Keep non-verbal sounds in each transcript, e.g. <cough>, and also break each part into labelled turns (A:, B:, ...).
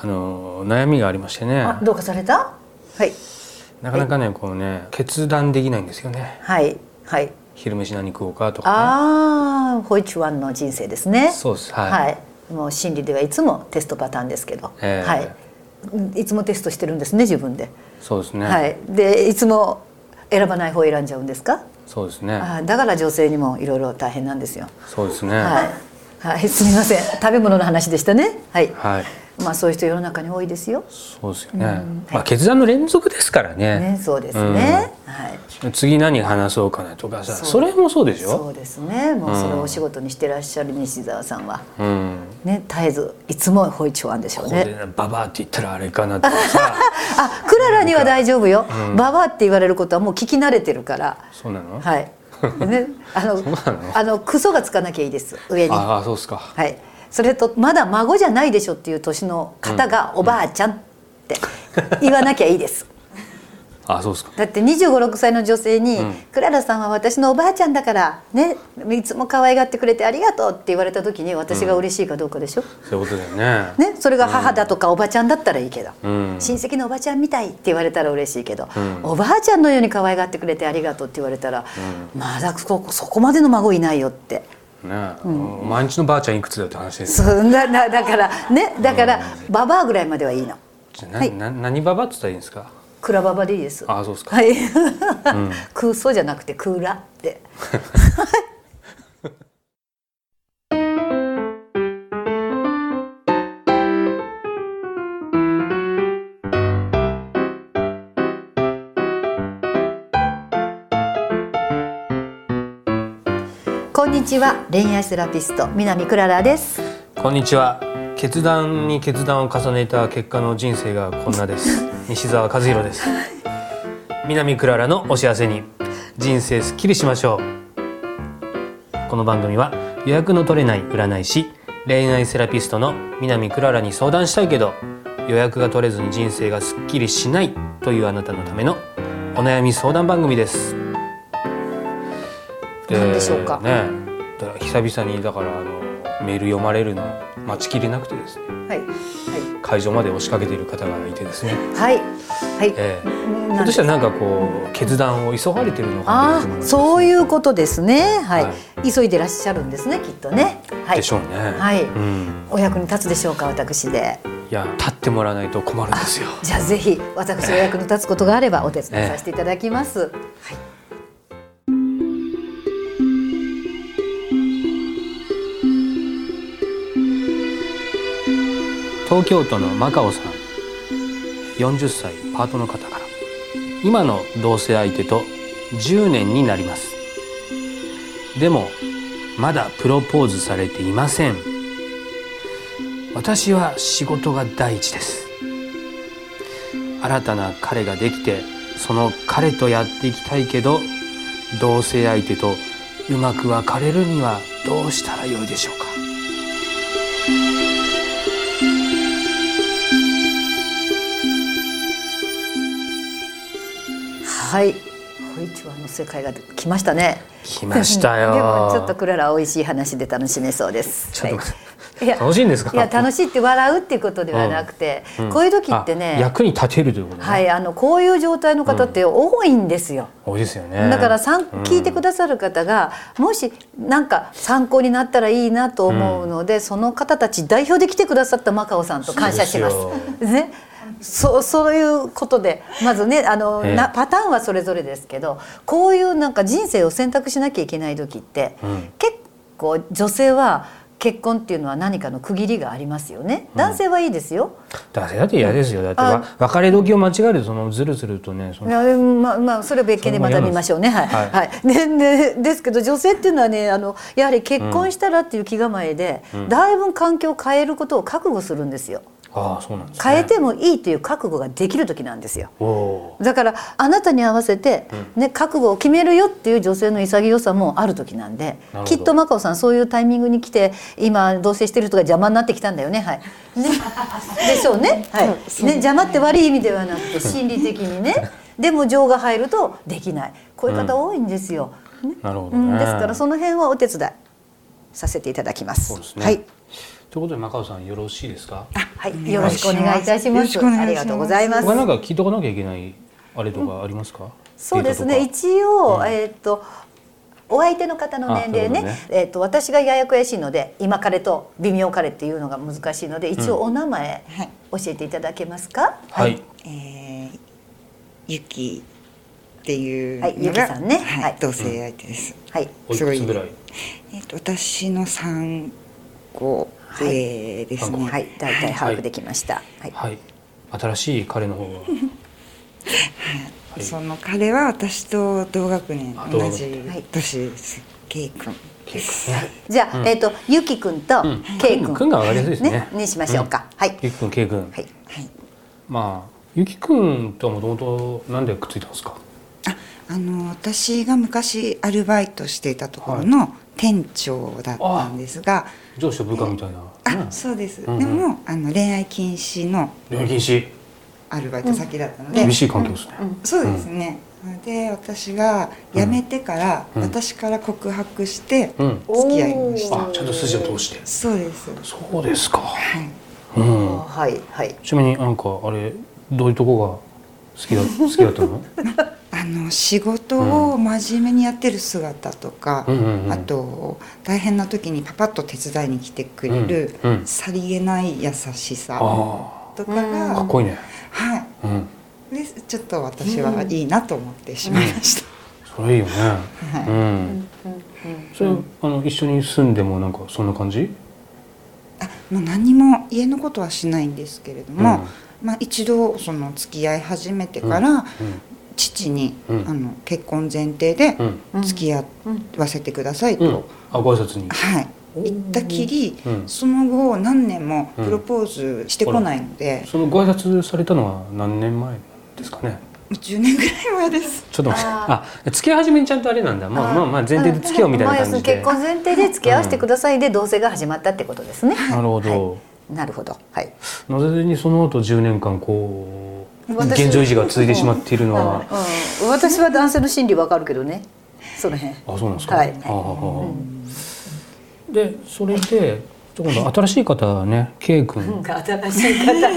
A: あの悩みがありましてね
B: あどうかされたはい
A: なかなかねこうね決断できないんですよね
B: はいはい
A: 昼飯何食おうかとか、
B: ああホイチュワンの人生ですね
A: ね、そうですはい、
B: はい、もう心理ではいつもテストパターンですけど、
A: ええ
B: はい、いつもテストしてるんですね自分で、
A: そうですね、
B: はい、でいつも選ばない方を選んじゃうんですか、
A: そうですね
B: あーだから女性にもいろいろ大変なんですよ、
A: そうですね
B: はい、はい、すみません食べ物の話でしたねはい、
A: はい、
B: まあそういう人世の中に多いですよ
A: そうですよね、まあ決断の連続ですからね
B: ねそうですね、はい
A: 次何話そうかなとかさ
B: そ
A: そうれもそうでし
B: そ
A: ょ
B: うですねもうそれをお仕事にしてらっしゃる西澤さんは、
A: うん
B: ね絶えずいつもホイチュワンでしょう
A: ここ
B: ね
A: でねババアって言ったらあれかなとか
B: <laughs>
A: さ
B: あクララには大丈夫よ、ババアって言われることはもう聞き慣れてるから
A: そうなの、
B: はいねあの
A: うなの
B: あのクソがつかなきゃいいです上には
A: ああそうですか
B: いそれとまだ孫じゃないでしょっていう年の方がおばあちゃんって言わなきゃいいです
A: あそうですか
B: だって2 5 6歳の女性に、クララさんは私のおばあちゃんだからねいつも可愛がってくれてありがとう」って言われた時に私が嬉しいかどうかでしょ、
A: そういうことだよね
B: ね、それが母だとかおばちゃんだったらいいけど、
A: うん
B: 親戚のおばちゃんみたいって言われたら嬉しいけど、おばあちゃんのように可愛がってくれてありがとうって言われたら、まだそこそこまでの孫いないよって
A: ね、お前んちのばあちゃんいくつだよって話ですよ
B: そんななだからねだから、ババアぐらいまではいいの
A: じゃあな、
B: はい
A: な何ばばって言ったらいいんですか
B: クラババでいいです
A: あそうですか
B: はい、空想じゃなくて空ラってこんにちは恋愛セラピスト南クララです
A: こんにちは決断に決断を重ねた結果の人生がこんなです西澤和弘です南クララのお幸せに人生すっきりしましょうこの番組は予約の取れない占い師恋愛セラピストの南クララに相談したいけど予約が取れずに人生がすっきりしないというあなたのためのお悩み相談番組です
B: 何でしょうか
A: ねだから久々にだからあのメール読まれるの待ちきれなくてですね
B: はいは
A: 会場まで押しかけている方がいてですね、
B: いはい、はい
A: ええ
B: うん
A: ひょっとしたらなんかこう決断を急がれてるのかな
B: あ
A: と思い
B: あ、
A: ます
B: そういうことですね。はい、
A: は
B: 急いでらっしゃるんですね、きっとね。はい。
A: でしょうね、
B: はい
A: うん、
B: お役に立つでしょうか、私で。
A: いや立ってもらわないと困るんですよ
B: じゃあぜひ私お役に立つことがあればお手伝いさせていただきます。
A: 東京都のマカオさん40歳パートの方から今の同棲相手と10年になりますでもまだプロポーズされていません私は仕事が第一です新たな彼ができてその彼とやっていきたいけど同棲相手とうまく別れるにはどうしたらよいでしょうか
B: はい。ホイチュワの世界が来ましたね。
A: 来ましたよ
B: <laughs> でもちょっとクララ美味しい話で楽しめそうです。
A: ちょっと
B: は
A: 待って
B: いいや
A: 楽しいんですか
B: いや楽しいって笑うっていうことではなくて、こういう時って
A: あ
B: ね、
A: 役に立てるということね、
B: はいあのこういう状態の方って多いんですよ。
A: 多いですよね
B: だからさん聞いてくださる方が、もしなんか参考になったらいいなと思うので、その方たち代表で来てくださったマカオさんと感謝します
A: そう。
B: ね、そうそういうことでまずねあの、
A: ええ
B: なパターンはそれぞれですけどこういうなんか人生を選択しなきゃいけない時って、
A: ん
B: 結構女性は結婚っていうのは何かの区切りがありますよね。男性はいいですよ。
A: だだって嫌ですよだってわ別れ時を間違えるとそのずるずるとねそ
B: い
A: の
B: やうんまあまあそれは別件でまた見ましょうね。
A: そ
B: は
A: れ
B: い
A: も嫌なん
B: はい。ででですけど女性っていうのはねあのやはり結婚したらっていう気構えで、だいぶ環境を変えることを覚悟するんですよ。
A: ああそうなんですね
B: 変えてもいいという覚悟ができる時なんですよ。
A: おお
B: だからあなたに合わせて、ね、覚悟を決めるよっていう女性の潔さもある時なんで
A: なるほど
B: きっとマカオさんそういうタイミングに来て今同棲してる人が邪魔になってきたんだよねはい。
A: <laughs>
B: ね、でしょうね,、はい、ね邪魔って悪い意味ではなくて心理的にねでも情が入るとできないこういう方多いんですよ。ね
A: なるほ
B: う
A: どね、
B: ん、ですからその辺はお手伝いさせていただきます。
A: そうですね
B: はい
A: ということで中尾さんよろしいですか
B: はい、よろしくお願いいたし
C: よ
B: ま
C: ろ
B: す。
C: しくお願いします
B: ありがとうございます。
A: 他なんか聞いとかなきゃいけないあれとかありますか、
B: そうです
A: デ
B: ね
A: ータとか
B: 一応、
A: うん
B: えーっとお相手の方の年齢ね
A: あそういうこと
B: えーっと私がややこやしいので今彼と微妙彼っていうのが難しいので一応お名前
C: はい
B: 教えていただけますか、
A: はい
C: えー、ゆきっていう
B: はいゆきさんね
C: はい
B: はい
C: 同性相手です、
B: はい
A: おい
C: すご
A: く
C: い
A: つぐらい
C: えっと私の三個上ですね、
A: はい
B: はい大体把握できました、はい
A: はい新しい彼の方が
B: <laughs>
A: はい
C: その彼は私と同学年
A: あ
C: 同
A: 同学
C: じ
A: 年
C: 年です、ケイ君です
A: ね
B: じゃあ、えーっとゆきくんと
A: うん
B: けいくん
A: くんがわかりやすいですね
B: にしましょうか、はい
A: ゆきくんけいくん、
B: はい
C: はい
A: まあゆきくんとはもともとなんでくっついたんですか
C: ああの私が昔アルバイトしていたところの店長だったんですが、
A: 上司と部下みたいな、
C: あ、
A: うん
C: そうです、
A: うんうん
C: でもあの恋愛禁止の
A: 恋愛禁止
C: アルバイト先だったので、
A: 厳しい環境ですね、
C: そうですね、で私が辞めてから、
A: うん
C: 私から告白して
A: うん
C: 付き合いまし
B: う
C: た、
B: ん
A: あちゃんと筋を通して
C: そうですは
A: そうですか
C: い
A: うん
B: はいはい
A: ちなみになんかあれどういうとこが好きだ好きだったの
C: あの仕事を真面目にやってる姿とか、
A: うんうんうん
C: あと大変な時にパパッと手伝いに来てくれる、
A: うんうん
C: さりげない優し
A: あ
C: さ
A: あ
C: とかが、
B: うん
A: かっこいいね
C: は
A: うん
C: いでちょっと私はいいなと思ってしまいました、
A: それいいよね
C: はい
A: うんそれあの一緒に住んでもなんかそんな感じ
C: あもう何も家のことはしないんですけれども、まあ、一度その付き合い始めてから、父に、
A: うん
C: あの結婚前提で
A: うんうん
B: うん
C: 付き合わせてくださいと、
A: うんあご挨拶に
C: はい言ったきり、
A: うん
C: その後何年もプロポーズしてこないので、
A: そのご挨拶されたのは何年前ですかね
C: 10年ぐらい前です
A: ちょっと待って
B: あ
A: あ付き合い始めにちゃんとあれなんだまあまあまあ前提で付き合うみたいな感じで
B: まあ結婚前提で付き合わせてくださいで同棲が始まったってことですね、
A: なるほど
B: なるほどはい
A: なぜにその後10年間こう
B: 私
A: 現状維持が続いてしまっているのは
B: うん、私は男性の心理わかるけどねその辺
A: あ、そうなんですか。
B: はい
A: ああああで、それで、今度新しい方ね、K 君、
B: 新しい方 <laughs>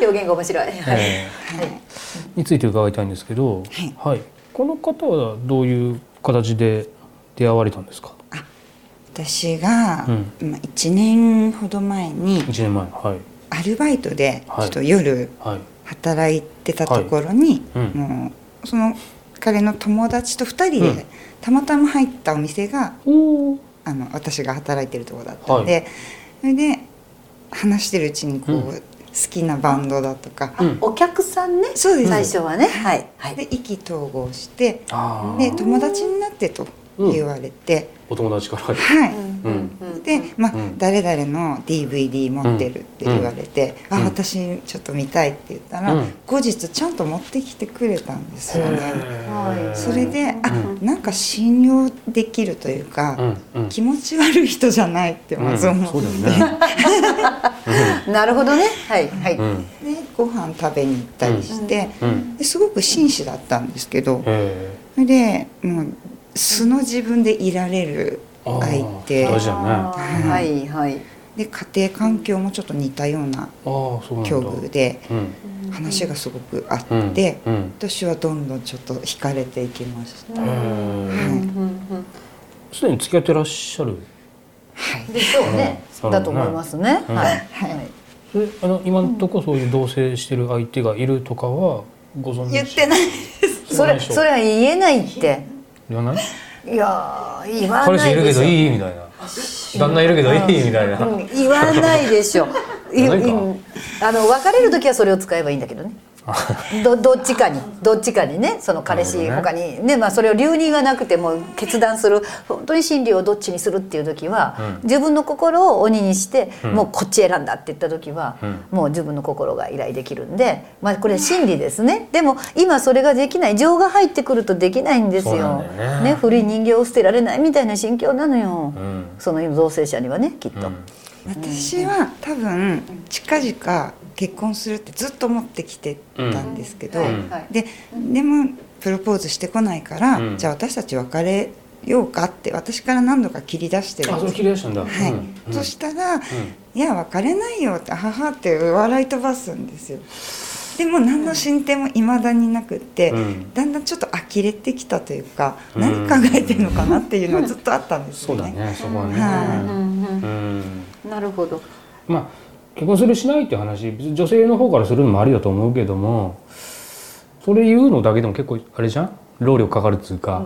B: 表現が面白い、はい
A: えーについて伺いたいんですけど、はい、この方はどういう形で出会われたんですか。
C: 私が、
A: うん
C: まあ、1年ほど前に
A: 一年前、はい
C: アルバイトでち
A: は
C: ょ
A: い
C: っと夜
A: はい。
C: 働いてたところに、
A: はいうん
C: もうその彼の友達と2人で、
A: うん
C: たまたま入ったお店が
A: おお、
C: あの私が働いてるとこだったんで、それで話してるうちにこう、
A: うん
C: 好きなバンドだとか、
A: うん
B: お客さんね
C: そうです
B: 最初はね、はいはい
C: で意気投合して
A: あ
C: で
A: あ、
C: 友達になってと言われて、
A: お友達から。
C: はい。
A: うん
C: で、まあ
A: うん
C: 誰々の DVD 持ってるって言われて「
A: うん
C: あ私ちょっと見たい」って言ったら、
A: うん
C: 後日ちゃんと持ってきてくれたんですよね。
B: はい
C: それで、あ
A: う
C: なんか信用できるというか、
A: うんうん。
C: 気持ち悪い人じゃないってまず
A: うん
C: 思
A: そう
C: っ
A: だ
C: て、
A: よね。
B: なるほどねはいはい、
A: うん
C: でご飯食べに行ったりして、
A: うん。
C: ですごく紳士だったんですけど、
A: え
C: それでもう素の自分でいられる
A: えー。
C: 相
A: あ
C: 手
A: ー大事だよね。
B: あ
A: あ
B: ーはいはい
C: で家庭環境もちょっと似たような
A: あー、そうなんだ。
C: 境遇で
A: うん。
C: 話がすごくあっ
A: うん。
C: て、
A: うん。
C: 私はどんどんちょっと惹かれていきました、
B: うん
A: うん
B: うんうん
A: すでに付き合ってらっしゃる。
C: はい
B: うんでしょうね、
A: うん
B: だと思いますね、
A: うん
B: はい
C: はい
B: はい
A: それあの今のとこそういう同棲してる相手がいるとかはご存知。
C: 言ってないい
B: それそれは言えないって
A: 言わない？
B: いやー言わない
A: 彼
B: でしょ
A: 氏いるけどいいみたいな。旦那いるけどいいみたいな。
B: うん言わない
A: <laughs>
B: でしょい
A: 言わないか
B: うんあの別れる時はそれを使えばいいんだ
A: <laughs>
B: けどねどどっちかにどっちかにねその彼氏
A: なるほ
B: 他
A: ど
B: にねまあ、それを留任がなくても決断する本当に真理をどっちにするっていう時は、
A: うん
B: 自分の心を鬼にして、
A: うん
B: もうこっち選んだって言った時は、
A: うん
B: もう自分の心が依頼できるんで、まあ、これ真理ですねでも今それができない情が入ってくるとできないんです
A: そうな
B: よ。
A: んだよね
B: 古い人形を捨てられないみたいな心境なのよ。
A: うん。
B: その同性者にはねきっと、
C: 私は多分近々結婚するってずっと思ってきてたんですけど、
A: うん
B: はい
C: ででもプロポーズしてこないから、
A: うん
C: じゃあ私たち別れようかって私から何度か切り出してるん
A: あそ
C: で
A: れ
C: す
A: 切り出したんだ、
C: はい、
A: うんうん
C: そしたら、
A: う
C: いや別れないよ」って「はは」って笑い飛ばすんですよでも何の進展もいまだになくって、
A: うん
C: だんだんちょっと呆れてきたというか、
A: うん
C: 何考えてるのかなっていうのはずっとあったんです
A: そ
C: よ
A: うだ
C: ね。
A: ねそこはね、
C: は
A: うんうん
D: うんなるほど
A: まあ結婚するしないっていう話別に女性の方からするのもありだと思うけどもそれ言うのだけでも結構あれじゃん労力かかるっつうか、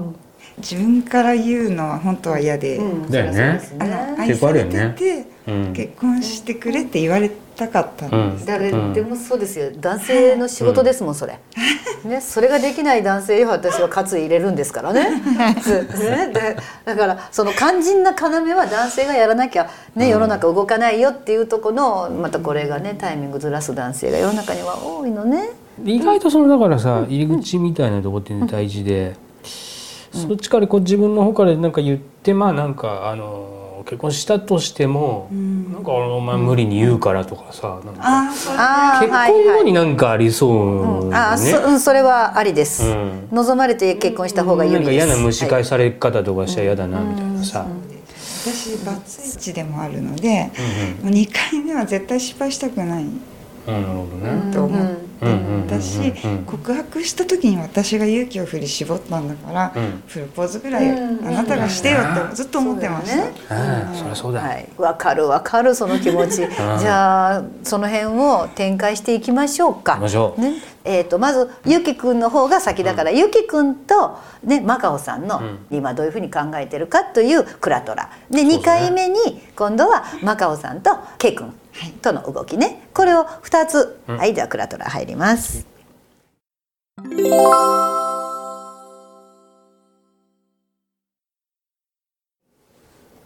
C: 自分から言うのは本当は嫌で、
D: うん
A: だよね
D: そりゃそう
C: あ
D: ですね
C: の愛
A: 結構あ
C: さ
A: る
C: れ
A: よね
C: てて、
A: うん
C: 結婚してくれって言われたかったんです、
B: 誰でもそうですよ男性の仕事ですもんそれ、ね、それができない男性よ私は喝入れるんですか
D: <laughs>
B: らねねでだからその肝心な要は男性がやらなきゃ、ね、世の中動かないよっていうところのまたこれがねタイミングずらす男性が世の中には多いのね。
A: 意外とそのだからさ入り口みたいなとこってね大事で、そっちからこう自分の方からなんか言ってまあなんかあの結婚したとしても、なんかあのお前無理に言うからとかさ、なんか
C: ああそう
B: あー
A: 結婚後になんかありそう
B: うんあ
A: な
B: ー
A: ね。
B: そうんそれはありです、
A: うん
B: 望まれて結婚した方が有
A: なん
B: 利
A: か
B: です
A: 嫌な蒸し返
B: し、
A: され方とかしちゃ嫌だなみたいなさ、
C: 私バツイチでもあるので、もう2回目は絶対失敗したくない
A: うんなるほどね。
C: と思って。
A: うんうんうんうん
C: だし告白した時に私が勇気を振り絞ったんだから、
A: うん
C: プロポーズぐらいあなたがしてよってずっと思ってました、
B: そうだよね
A: ああそりゃそうだ。
B: はい、わかるわかるその気持ち。
A: <laughs>
B: じゃあその辺を展開していきましょうか。
A: 行きましょう
B: ね、えっ、とまずゆきくんの方が先だから、ゆきくんとねマカオさんの
A: ん
B: 今どういうふうに考えてるかというクラトラ。で
A: ね
B: 二回目に今度はマカオさんとケイくんとの動きね。これを二つ、
A: うん
B: はいじゃあクラトラ入ります。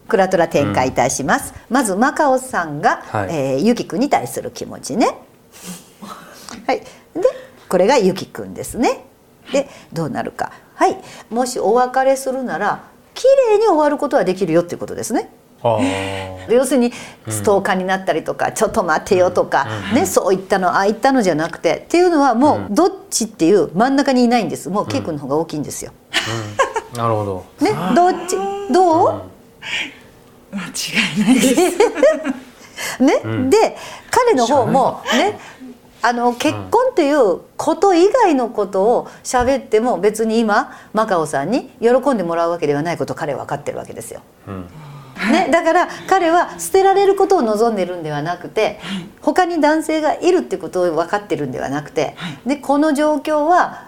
B: クラトラ展開いたします、まずマカオさんが、
A: はい
B: えーユキ君に対する気持ち <laughs> ねはいでこれがユキ君ですねでどうなるかはいもしお別れするなら綺麗に終わることはできるよっていうことですね
A: ああ
B: 要するにストーカーになったりとか、ちょっと待てよとか、ね、そういったのああいったのじゃなくてっていうのはもうどっちっていう真ん中にいないんですもうケイ君の方が大きいんですよ、
A: なるほど。
B: ねどっちどう、
C: 間違いないです
B: ね、で彼の方もねあの結婚っていうこと以外のことを喋っても別に今マカオさんに喜んでもらうわけではないことを彼は分かってるわけですよ。
A: うん
B: ね、だから彼は捨てられることを望んでるんではなくて他に男性がいるってことを分かってるんではなくてでこの状況は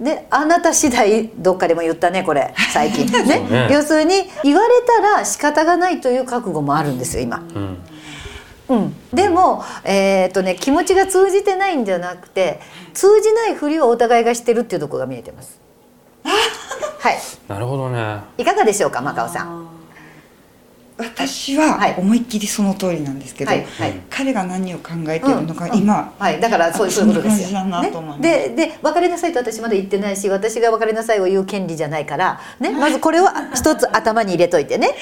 B: であなた次第どっかでも言ったねこれ最 <laughs> 近ね
A: ね
B: 要するに言われたら仕方がないという覚悟もあるんですよ今。
A: うん
B: うん、でも、えーとね、気持ちが通じてないんじゃなくて通じないふりをお互いがしてるっていうところが見えて
C: <laughs>
B: ます。はい、
A: なるほどね。
B: いかがでしょうか、マカオさん。
C: 私
B: はい
C: は思いっきりその通りなんですけど、
B: はいはい
C: 彼が何を考えてるのか今、
B: はい、だからそうそういうことです
C: そん
B: よ。
C: な感じだな
B: ね
C: と思いま、す
B: でで別れなさいと私まだ言ってないし私が別れなさいを言う権利じゃないから、ね、まずこれを一つ頭に入れといてね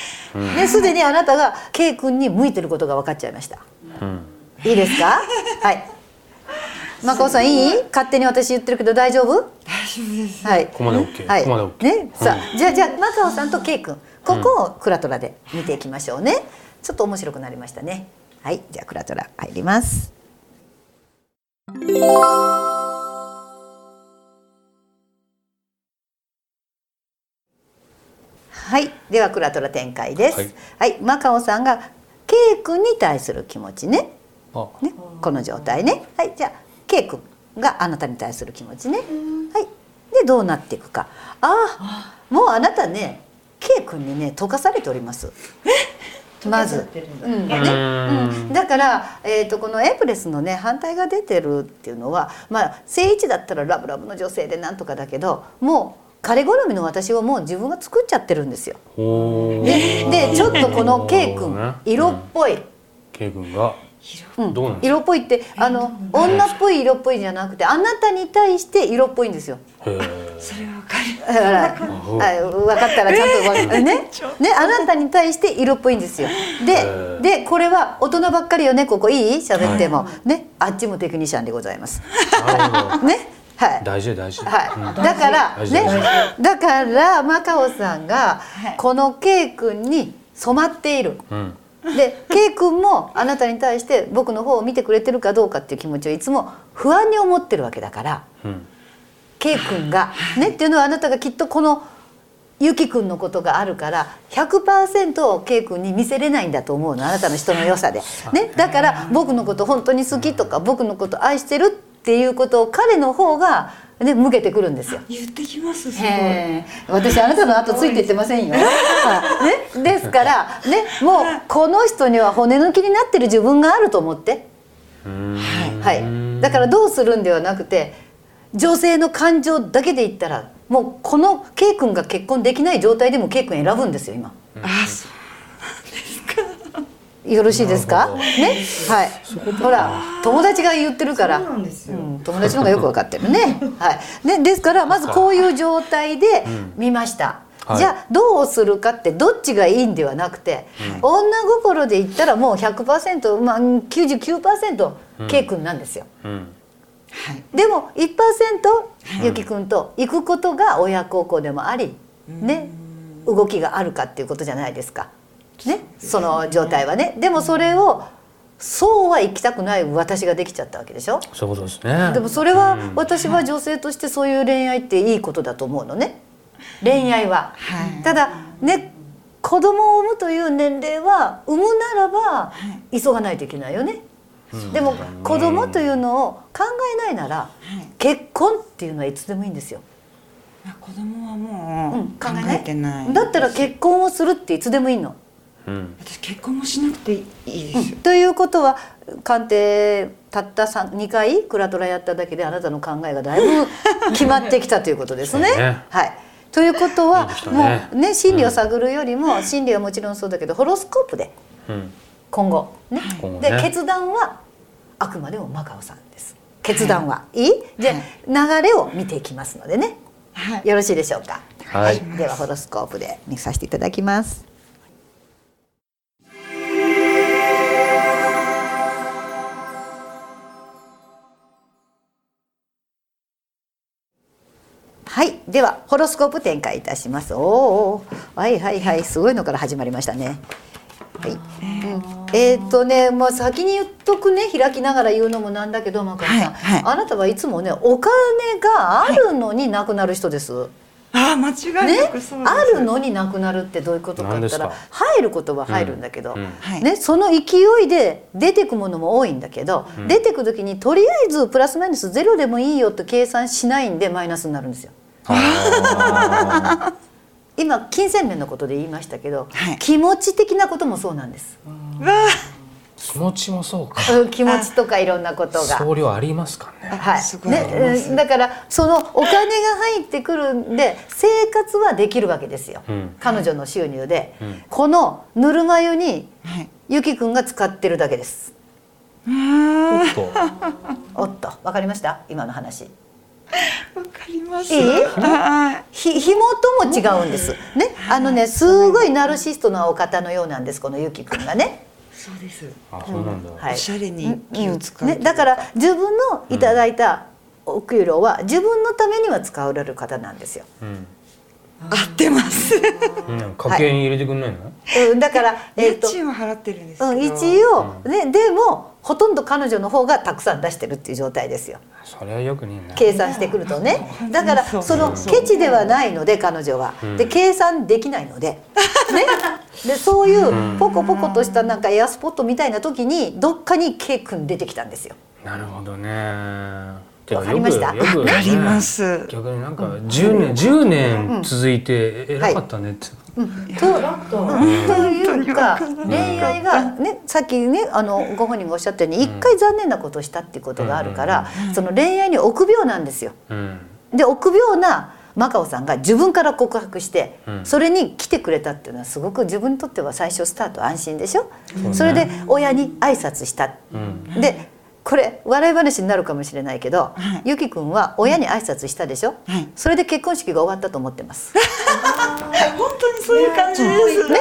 B: ですでにあなたが K 君に向いてることが分かっちゃいました。
A: うん
B: いいです
C: <laughs>
B: かはいマカオさんいい勝手に私言ってるけど大丈夫
C: 大丈夫です
B: はい。
A: ここまで OK
B: はい。
A: ここまで OK
B: ね、さあ、じゃあじゃあマカオさんとケイ君、ここをクラトラで見ていきましょうね。ちょっと面白くなりましたね。はい、じゃあクラトラ入ります。はい、ではクラトラ展開です。は
A: はいい、
B: マカオさんがケイ君に対する気持ちね。
A: あ
B: ね、この状態ね。はい、じゃあ K 君があなたに対する気持ちね。はい。でどうなっていくか。ああ、もうあなたね、K 君にね溶かされております。まず、うん、ね、うん、だから、えー、とこのエイプレスのね反対が出てるっていうのは、まあ、正位置だったらラブラブの女性でなんとかだけどもう彼好みの私をもう自分が作っちゃってるんですよ。
A: おお。
B: ででちょっとこの K 君色っぽい、
A: K 君が
B: うん
A: どうなんです
B: 色っぽいってあの女っぽい色っぽいじゃなくてあなたに対して色っぽいんですよ。
A: か。へ
B: <laughs>
A: え。
C: それはわかる
B: だ <laughs> からあ分かったらちゃんとわかるねねあなたに対して色っぽいんですよ。
A: ー
B: ででこれは大人ばっかりよねここいい喋っても、ねあっちもテクニシャンでございます。
A: なるほど
B: ねはい
A: 大事大事、
B: はい、だから
A: 大事大
B: ねだからマカオさんが
C: い
B: この K 君に染まっている。
A: うんうん
B: で K 君もあなたに対して僕の方を見てくれてるかどうかっていう気持ちをいつも不安に思ってるわけだから
A: うん、
B: K 君がねっていうのはあなたがきっとこのゆき君のことがあるから100%を K 君に見せれないんだと思うのあなたの人の良さで、ね、だから僕のこと本当に好きとか僕のこと愛してるっていうことを彼の方が、ね、向けてくるんですよ。
C: 言ってきますすごい
B: ええ私あなたの後ついていってませ
C: <laughs>
B: んよ。はいね、ですからねもうこの人には骨抜きになってる自分があると思って、はい、だからどうするんではなくて女性の感情だけで言ったらもうこの K 君が結婚できない状態でも K 君選ぶんですよ今。
C: あそう
B: よろしいです
A: な
B: か
A: るほ
B: ねはいほら友達が言ってるから
D: そうなんですよ
B: うん友達の方がよくわかってるねはいねですからまずこういう状態で見ました、
A: はい
B: じゃあどうするかってどっちがいいんではなくて、女心で言ったらもう100%、まあ、99%
A: ん
B: K 君なんですよ、
A: うん
C: はい
B: でも1%ゆきくんと行くことが親孝行でもあり、ね、動きがあるかっていうことじゃないですか。ね、その状態はね。でもそれをそうは行きたくない私ができちゃったわけでしょ。
A: そういうことですね
B: でもそれは私は女性としてそういう恋愛っていいことだと思うのね。恋愛は。
C: はい
B: ただね、子供を産むという年齢は産むならば急がないといけないよね。でも子供というのを考えないなら結婚っていうのはいつでもいいんですよ。
C: あ子供はも
B: う
C: うん考えてない、
B: だったら結婚をするっていつでもいいの。
A: うん
C: 私結婚もしなくていいです、
B: ということは鑑定たった3 2回クラトラやっただけであなたの考えがだいぶ決まってきたということですね。
A: そうね
B: はいということ
A: いい
B: は
A: ですね
B: もうね心理を探るよりも心理はもちろんそうだけどホロスコープで
A: うん
B: 今後ね
A: 今後ね
B: で決断はあくまでもマカオさんです決断はいいじゃあ流れを見ていきますのでね
C: はい
B: よろしいでしょうか
A: はい
B: ではホロスコープで見させていただきますはい、ではホロスコープ展開いたします。おーおー、はいはいはい、すごいのから始まりましたね。はい、うん、えーっとね、まあ先に言っとくね、開きながら言うのもなんだけど、マカオさん、
C: はいはい
B: あなたはいつもね、お金があるのになくなる人です。
C: あ間違い
B: ね
C: なくそう、です、
B: あるのになくなるってどういうことかって言ったら
A: 何です
B: 入ることは入るんだけど、
A: うんうん
C: はい
B: ね、その勢いで出てくものも多いんだけど、出てく時にとりあえずプラスマイナスゼロでもいいよと計算しないんでマイナスになるんですよ。
A: あ
B: 今金銭面のことで言いましたけど、
C: はい
B: 気持ち的なこともそうなんです、
C: わあ
A: ー気持ちもそうか
B: うん気持ちとかいろんなことが。
A: 送料ありますかね
B: は
C: す
B: い
C: ごいありま
B: ね、
C: す
B: うんだからそのお金が入ってくるんで生活はできるわけですよ、
A: うん
B: 彼女の収入で、
A: うん
B: このぬるま湯に
C: はい
B: ゆきくんが使ってるだけです
C: あ
A: ちょっと
B: おっとわかりました今の話
C: ーわかります
B: いい
C: は
B: ひ紐とも違うんですねあのねすごいナルシストなお方のようなんですこのゆきくんがね
C: いそうです、
A: あそうなんだ、
B: はい
C: おしゃれに気を使う、
B: ね、だから自分のいただいたお給料は自分のためには使われる方なんですよ、
A: うん
C: 合ってます
A: うん、家計に入れてくんないの、
B: うん、だ
C: <laughs>
B: から、え
C: 家
B: っと
C: 賃は払ってるんですけど、
B: うん、一応、ね、でもほとんど彼女の方がたくさん出してるっていう状態ですよ
A: それはよくねえな
B: 計算してくるとねだから
C: そう
B: その
C: そう
B: ケチではないので彼女は、
A: ん
B: で計算できないのでねでそういうポコポコとしたなんかエアスポットみたいな時にどっかに K 君出てきたんですよ。
A: なるほどね。てか
B: わかりました
A: よくよく
B: わ
A: ね
C: かります
A: 逆になんか10年、10年続いてえ
B: はい
A: 偉かったねって。
B: とうんというか
C: 本当にわか
B: 恋愛がねさっきねあのご本人がおっしゃったように一回残念なことをしたっていうことがあるからその恋愛に臆病なんですよ。
A: うん。
B: で臆病なマカオさんが自分から告白して、
A: うん
B: それに来てくれたっていうのはすごく自分にとっては最初スタート安心でしょ、それで親に挨拶した、
A: うん
B: でこれ笑い話になるかもしれないけど、ゆきくんは親に挨拶したでしょ、
C: はい
B: それで結婚式が終わったと思ってます、
C: 本当にそういう感じ <laughs> です、
B: ね、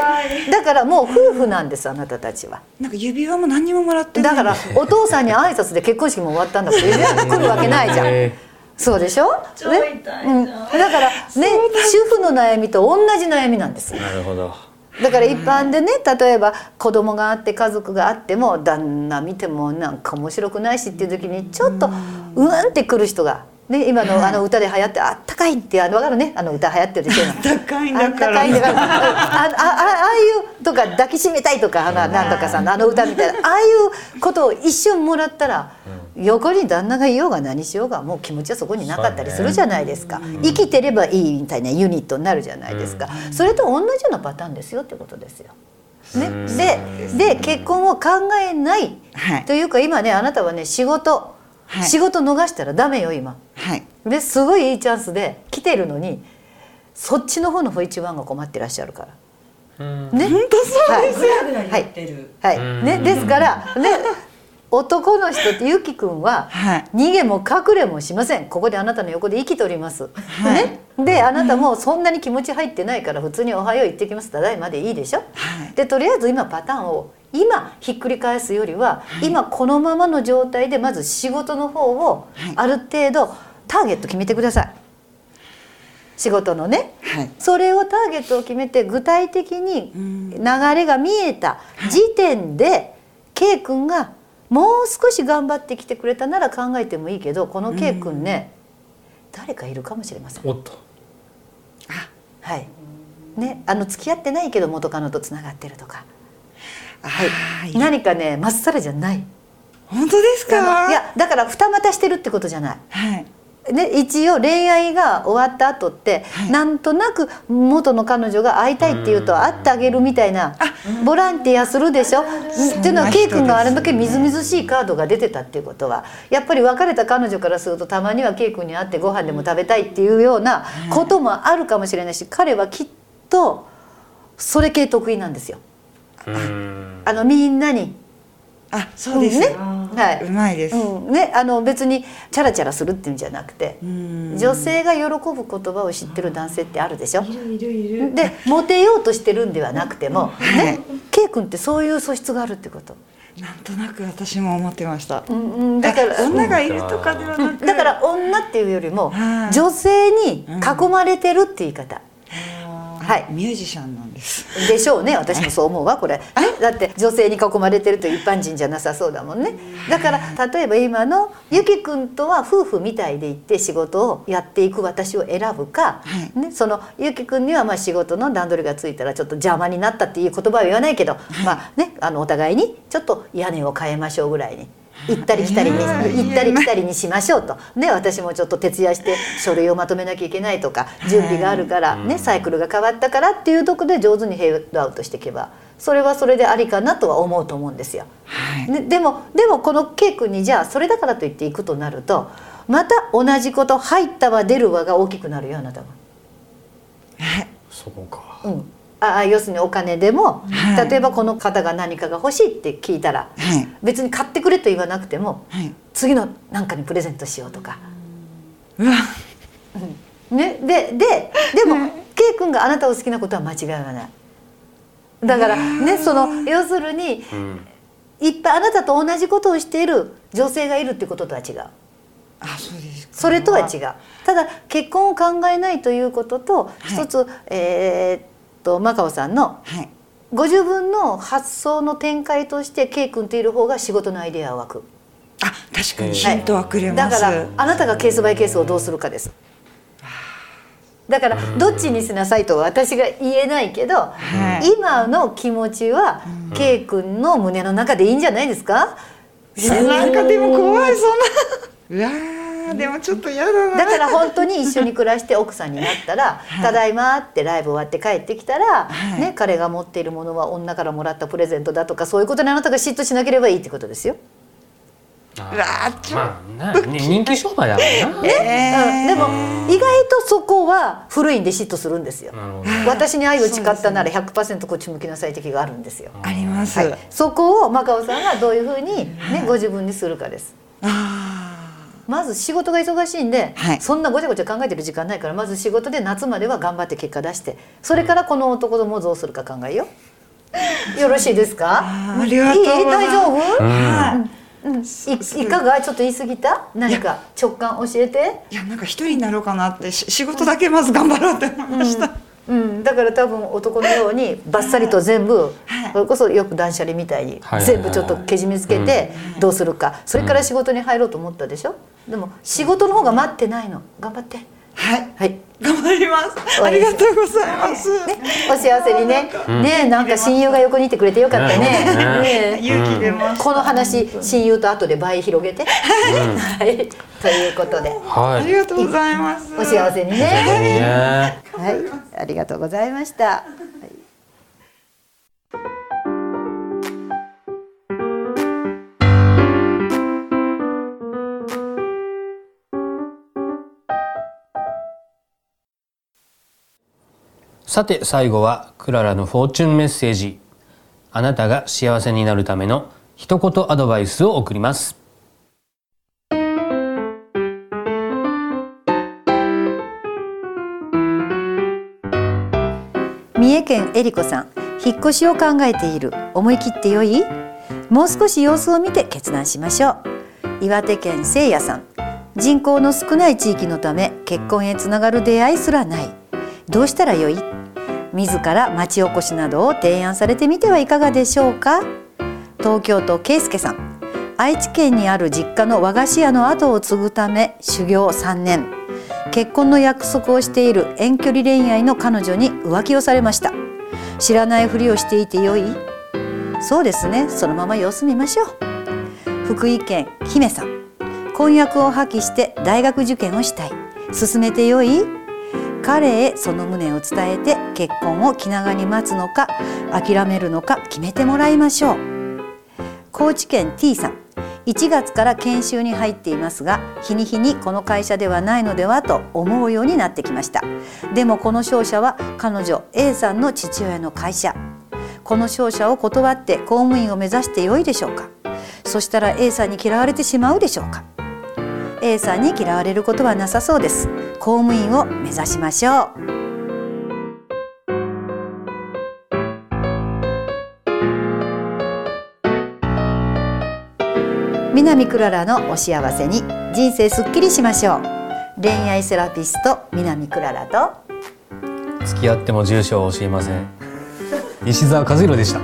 B: だからもう夫婦なんですあなたたちは
C: なんか指輪も何にももらってない
B: だからお父さんに挨拶で結婚式も終わったんだから指輪が来るわけないじゃん
A: え
B: そうでしょ
D: 超痛い
B: ね
D: な
B: うん、だからね主婦の悩みと同じ悩みなんです
A: なるほど。
B: だから一般でね例えば子供があって家族があっても旦那見てもなんか面白くないしっていう時にちょっとうーんってくる人が。ね、今のあの歌で流行って「あったかい」ってあの分かるねあの歌流行ってる人の
C: あったかいん
B: あっ
C: だ
B: た
C: か
B: からいんだからあああああいうとか抱きしめたいとかあのなんとかさんのあの歌みたいなああいうことを一瞬もらったら横に旦那がいようが何しようがもう気持ちはそこになかったりするじゃないですか、生きてればいいみたいなユニットになるじゃないですか、それと同じようなパターンですよってことですよ。ね、でで結婚を考えない、
C: はい
B: というか今ねあなたはね仕事、
C: はい
B: 仕事逃したらダメよ今。
C: はい
B: ですごいいいチャンスで来てるのにそっちの方の一番が困ってらっしゃるから。
A: うん
B: ね、本当そうです
D: ぐらぐら言ってる。
B: はい、
A: う
B: は
A: ん
B: い、ね、ですから、ね、男の人ってゆきくんは、
C: はい
B: 逃げも隠れもしません。ここであなたの横で生きております。ね、で、あなたもそんなに気持ち入ってないから、普通におはよう行ってきます。ただいまでいいでしょ
C: はい
B: で、とりあえず今パターンを。今ひっくり返すよりは、今このままの状態でまず仕事の方を
C: はい
B: ある程度ターゲット決めてください仕事のね
C: はい
B: それをターゲットを決めて具体的に
C: うん
B: 流れが見えた時点で K 君がもう少し頑張ってきてくれたなら考えてもいいけどこの K 君ね誰かいるかもしれません。
A: おっと。
B: はいね、あの付き合ってないけど元カノとつながってるとか、
C: はい
B: 何かねまっさらじゃない
C: 本当です
B: あ
C: か
B: のいやだから二股してるってことじゃない
C: はい
B: ね、一応恋愛が終わった後って、
C: はい
B: なんとなく元の彼女が会いたいっていうと会ってあげるみたいなボランティアするでしょ。っていうのは
C: そんな人
B: K 君があれだけみずみずしいカードが出てたっていうことはやっぱり別れた彼女からするとたまには K 君に会ってご飯でも食べたいっていうようなこともあるかもしれないし彼はきっとそれ系得意なんですよ。
A: うん。
B: あのみんなに、
C: あそうです
B: ね、
C: ね
B: は
C: う
B: い
C: まいです
B: うんね、あの別にチャラチャラするっていうんじゃなくて。
C: うん
B: 女性が喜ぶ言葉を知ってる男性ってあるでしょ
D: いるいるいる。
B: でモテようとしてるんではなくても
C: は
B: ね
C: い
B: K 君ってそういう素質があるってこと、
C: なんとなく私も思ってました
B: うんうん、だから
C: あ女がいるとかではなく
B: だから女っていうよりも
C: はい
B: 女性に囲まれてるって言い方は
C: はいいミュージシャンなんです
B: でしょうね私もそう思うわこれ、ね、だって女性に囲まれてると一般人じゃなさそうだもんねだから例えば今のゆきくんとは夫婦みたいで行って仕事をやっていく私を選ぶか、
C: はい
B: ね、そのゆきくんにはまあ仕事の段取りがついたらちょっと邪魔になったっていう言葉は言わないけど、まあね、あのお互いにちょっと屋根を変えましょうぐらいに。行ったり来たりに、
C: いやー
B: 行ったり来たりにしましょうと、ね、私もちょっと徹夜して書類をまとめなきゃいけないとか準備があるから、ね、サイクルが変わったからっていうところで上手にヘイドアウトしていけばそれはそれでありかなとは思うと思うんですよ。
C: はい
B: ね、でもでもこの K 君にじゃあそれだからといっていくとなるとまた同じこと入ったわ出るわが大きくなるよあなたは。
A: そこか。
B: うんああ要するにお金でも、
C: はい
B: 例えばこの方が何かが欲しいって聞いたら、
C: はい
B: 別に買ってくれと言わなくても
C: はい
B: 次の何かにプレゼントしようとか、
C: うわ
B: ね、でででも K 君があなたを好きなことは間違いはない。だからねその要するに
A: うん。
B: いっぱいあなたと同じことをしている女性がいるってこととは違う。
C: あそうですか
B: それとは違う。ただ結婚を考えないということと
C: い
B: 一つ、えーっとマカオさんの
C: はい
B: ご自分の発想の展開として K 君といる方が仕事のアイデアは湧く。
C: あ確か
A: えー
C: にヒントはくれ
B: だ
C: ま
B: か
C: す
B: らあなたがケースバイケースをどうするかです。だからどっちにしなさいとは私が言えないけど、
C: い
B: 今の気持ちは K 君の胸の中でいいんじゃないですか、
C: なんかでも怖いそんなうわーでもちょっと嫌だな
B: だから本当に一緒に暮らして奥さんになったら「ただいま」ってライブ終わって帰ってきたら、
C: はい
B: ね、彼が持っているものは女からもらったプレゼントだとかそういうことにあなたが嫉妬しなければいいってことですよ。
A: あ
C: うわーちょ
A: まあ、な、ね人気商売だもんな。
B: うん
C: え
B: でも意外とそこは古いんで嫉妬するんですよ。
A: なるほど。
B: 私に愛を誓ったなら100%こっち向きなさい的があるんですよ。
C: ーあります
B: はい、そこをマカオさんがどういうふうに、ね、ご自分にするかです。
C: あ
B: まず仕事が忙しいんで、
C: はい
B: そんなごちゃごちゃ考えてる時間ないからまず仕事で夏までは頑張って結果出してそれからこの男どもをどうするか考えよう。よろしいですか
C: あーありがとうござ
B: い
C: います
B: い大丈夫、
A: うん
C: ーはい
E: うん
B: いいかがちょっと言い過ぎた何か直感教えて、
C: いやなんか一人になろうかなってし仕事だけまず頑張ろうって思いました、
B: うん、だから多分男のようにバッサリと全部
C: はい
B: それこそよく断捨離みたいに
A: はいはいはい
B: 全部ちょっとけじめつけてどうするかそれから仕事に入ろうと思ったでしょでも仕事の方が待ってないの頑張って
C: はい
B: はい
C: 頑張ります
B: 終わ
C: あ
B: り
C: り
B: です
C: がとうございます、
B: ね、お幸せにね、ねえ、なんか親友が横にいてくれてよかったね。
A: うん
B: ねえ
C: 勇気出ます、
B: この話、親友と後で倍広げて。 <laughs> はい、ということで、
A: は
C: あり
A: い。
C: がとうございます
B: お幸せ
A: 本当
B: にね。
A: にね。
B: はい、ありがとうございました。
A: さて最後はクララのフォーチュンメッセージあなたが幸せになるための一言アドバイスを送ります
B: 三重県えりこさん引っ越しを考えている思い切ってよいもう少し様子を見て決断しましょう岩手県聖夜さん人口の少ない地域のため結婚へつながる出会いすらないどうしたらよい自ら町おこしなどを提案されてみてはいかがでしょうか東京都圭介さん愛知県にある実家の和菓子屋の後を継ぐため修行3年結婚の約束をしている遠距離恋愛の彼女に浮気をされました知らないふりをしていてよいそうですねそのまま様子見ましょう福井県姫さん婚約を破棄して大学受験をしたい進めてよい彼へその旨を伝えて結婚を気長に待つのか諦めるのか決めてもらいましょう高知県 T さん1月から研修に入っていますが日に日にこの会社ではないのではと思うようになってきましたでもこの商社は彼女 A さんの父親の会社この商社を断って公務員を目指して良いでしょうかそしたら A さんに嫌われてしまうでしょうか A さんに嫌われることはなさそうです公務員を目指しましょう南クララのお幸せに人生すっきりしましょう恋愛セラピスト南クララと
A: 付き合っても住所を教えません石澤和弘でした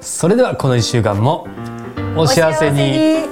A: それではこの一週間もお幸せに
B: お幸せに